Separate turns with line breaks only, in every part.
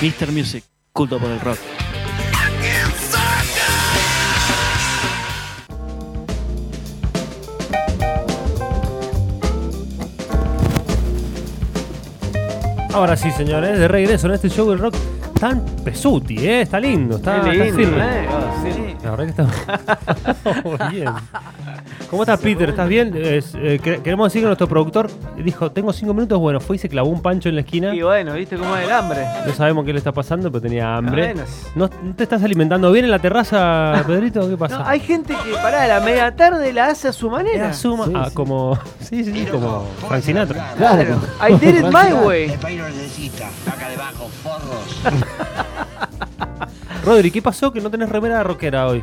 Mr. Music, culto por el rock.
Ahora sí, señores, de regreso en este show del rock tan pesuti, ¿eh? Está lindo, está,
Qué
está
lindo,
firme.
eh, ah, sí.
La verdad que está Muy bien. ¿Cómo estás, Peter? ¿Estás bien? Es, eh, quere- queremos decir que nuestro productor dijo, tengo cinco minutos, bueno, fue y se clavó un pancho en la esquina.
Y bueno, viste cómo es el hambre.
No sabemos qué le está pasando, pero tenía hambre.
Bueno.
¿No, no te estás alimentando bien en la terraza, Pedrito? ¿Qué pasa?
No, hay gente que pará, a la media tarde la hace a su manera.
Era suma-
Sí,
ah,
sí.
como. Sí, sí, sí, como Frank Sinatra.
Claro.
I did it my way.
El país no necesita. Acá debajo, forros.
Rodri, ¿qué pasó que no tenés remera rockera hoy?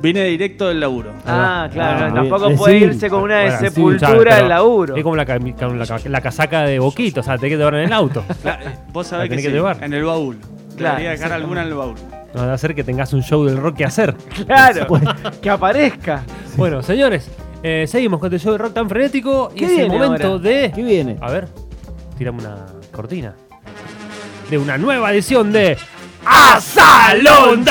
Vine directo del laburo.
Ah, claro,
Ah,
no,
bien.
tampoco
Es
puede
decir,
irse con una de
Bueno, sí, sabe,
sepultura
pero
al laburo.
Es como la, cami- con la ca- la casaca de boquito, o sea, te que llevar en el auto.
La- vos
La
sabés que,
tenés que
sí,
llevar.
en el baúl.
Claro,
Debería dejar alguna en el baúl.
No va a hacer que tengas un show del rock que hacer. Pues,
Claro, que aparezca.
Bueno, señores, eh, seguimos con este show del rock tan frenético y
¿Qué
es el
viene
momento
ahora?
de.
¿Qué viene?
A ver, tirame una cortina. De una nueva edición de. ¡A Salón de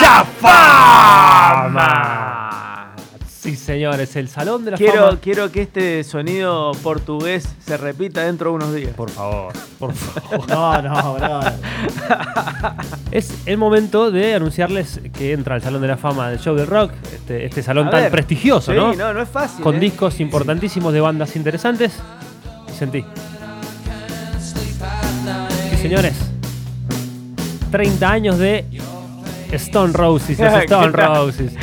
Fama! Sí, señores, el Salón de la Fama.
Quiero, quiero que este sonido portugués se repita dentro de unos días.
Por favor, por favor.
No, no, no.
es el momento de anunciarles que entra al Salón de la Fama del Show del Rock, este, este salón
A
tan
ver.
prestigioso,
Sí,
¿no?
no, no es fácil.
Con
eh.
discos importantísimos de bandas interesantes. Y sentí. Sí, señores, 30 años de Stone Roses, los
¿Qué
Stone
tal?
Roses.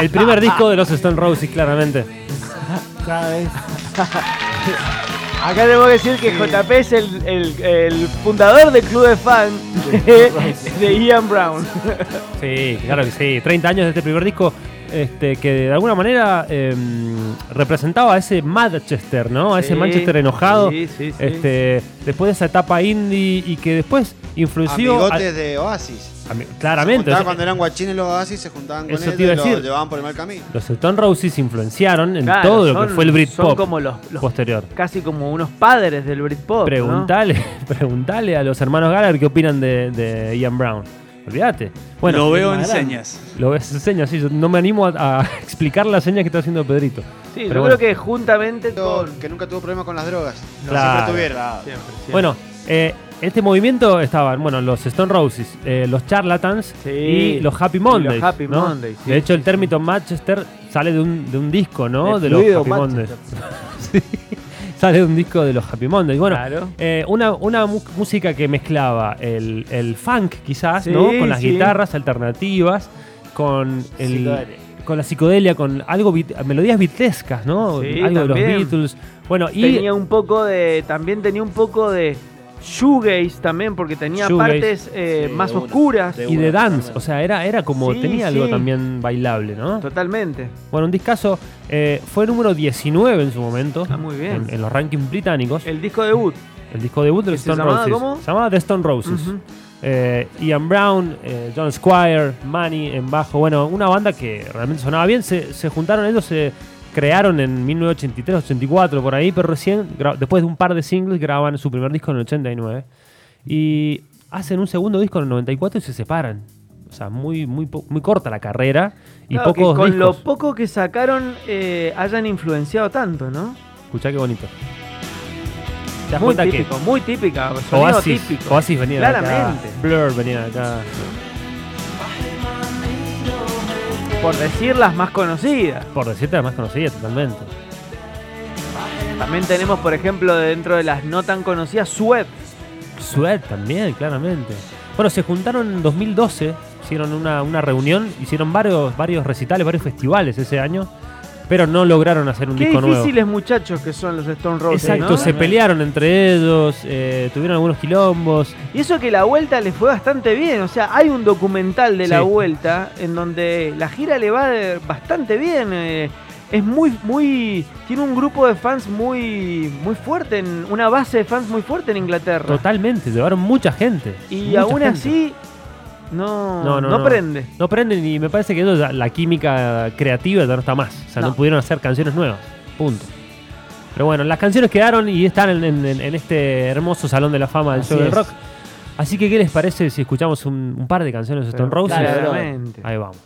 El primer disco de los Stone Roses, claramente.
Cada vez.
Acá tengo que decir que JP es el, el- el fundador del club de fan de, de Ian Brown.
Sí, claro que sí. 30 años de este primer disco este, que de alguna manera em, representaba a ese Manchester, ¿no? A ese
Sí,
Manchester enojado.
sí, sí, sí.
Este, después de esa etapa indie y que después influenció. a-
Amigotes de Oasis.
ami-
Se
claramente.
juntaban
o sea,
cuando eran guachines los Oasis, se juntaban con
Eso
él
te iba
y
a decir.
lo llevaban por el mal camino.
los Stone Roses influenciaron en
Claro,
todo lo que
son-
fue el Britpop
Son como los, los-
posterior.
casi como unos padres del Britpop. ¿no?
Preguntale, preguntale a los hermanos Gallagher qué opinan de, de Ian Brown. Olvídate. Bueno,
lo veo en
más grande.
señas.
Lo ves en señas, sí, yo no me animo a, a explicar las señas que está haciendo Pedrito.
Sí,
Pero
yo
bueno.
creo que juntamente
Yo,
con.
Que nunca tuvo problemas con las drogas. No,
Claro.
siempre tuvieron.
Siempre, siempre.
Bueno, eh, este movimiento estaban, bueno, los Stone Roses, eh, los Charlatans
Sí.
y los Happy
Y los
Mondays.
Happy
¿no?
Mondays, sí,
De hecho, el término Manchester sale de un, de un disco, ¿no? De,
De
los
Fluido
Happy Mondays.
Manchester.
Sí, sale de un disco de los Happy Mondays. Bueno,
Claro.
eh, una, una mu- música que mezclaba el, el funk, quizás,
Sí,
¿no? Con las
sí.
guitarras alternativas, con el.
Psicodelia.
Con la psicodelia, con algo bit- melodías bitlescas, ¿no?
Sí,
algo de
también.
los Beatles. Bueno, y
tenía un poco de. También tenía un poco de shoegaze también, porque tenía
Shoegaze.
partes eh,
Sí,
más
de una,
oscuras.
de
y de
una,
dance,
totalmente.
o sea, era, era como
Sí,
tenía algo
sí.
también bailable, ¿no?
Totalmente.
Bueno, un discazo eh, fue número 19 en su momento.
Ah, muy bien.
En, en los rankings británicos. El,
El disco debut.
disco debut de los
¿Que se
Stone
llamaba
Roses.
cómo?
Se llamaba The Stone Roses.
Ujú.
Eh, Ian Brown, eh, John Squire, Manny en bajo. Bueno, una banda que realmente sonaba bien. Se, se juntaron ellos, se crearon en 1983, 84, por ahí, pero recién, gra- después de un par de singles, graban su primer disco en el 89. Y hacen un segundo disco en el 94 y se separan. O sea, muy, muy, po- muy corta la carrera y
Claro, que
pocos
con
discos.
lo poco que sacaron eh, hayan influenciado tanto, ¿no?
Escuchá qué bonito. ¿Te das
Muy
cuenta
típico, muy típica.
que
sonido
Oasis,
típico.
Oasis venía
Claramente.
de acá? Blur venía de acá.
Por decir las más conocidas.
Por decirte, además conocida totalmente.
También tenemos, por ejemplo, dentro de las no tan conocidas, Sweat.
Sweat también, claramente. Bueno, se juntaron en 2012, hicieron una, una reunión, hicieron varios, varios recitales, varios festivales ese año, pero no lograron hacer un
Qué
disco nuevo.
difíciles muchachos que son los Stone Roses,
Exacto,
¿no?
se pelearon entre ellos, eh, tuvieron algunos quilombos.
Y eso que la vuelta le fue bastante bien. O sea, hay un documental de la
Sí.
vuelta en donde la gira le va eh, bastante bien. eh, es muy, muy. Tiene un grupo de fans muy, muy fuerte, en, una base de fans muy fuerte en Inglaterra.
Totalmente, llevaron mucha gente.
Y
mucha
aún
gente.
así, no,
No,
no,
no, no.
prende.
No prenden y me parece que ellos ya- la química creativa ya no está más. O sea, no,
No.
pudieron hacer canciones nuevas. Punto. Pero bueno, las canciones quedaron y están en, en- en este hermoso salón de la fama del
Así
show del
es.
rock. Así que, ¿qué les parece si escuchamos un, un par de canciones de Stone Roses?
Dale, bro.
claramente.
Ahí vamos.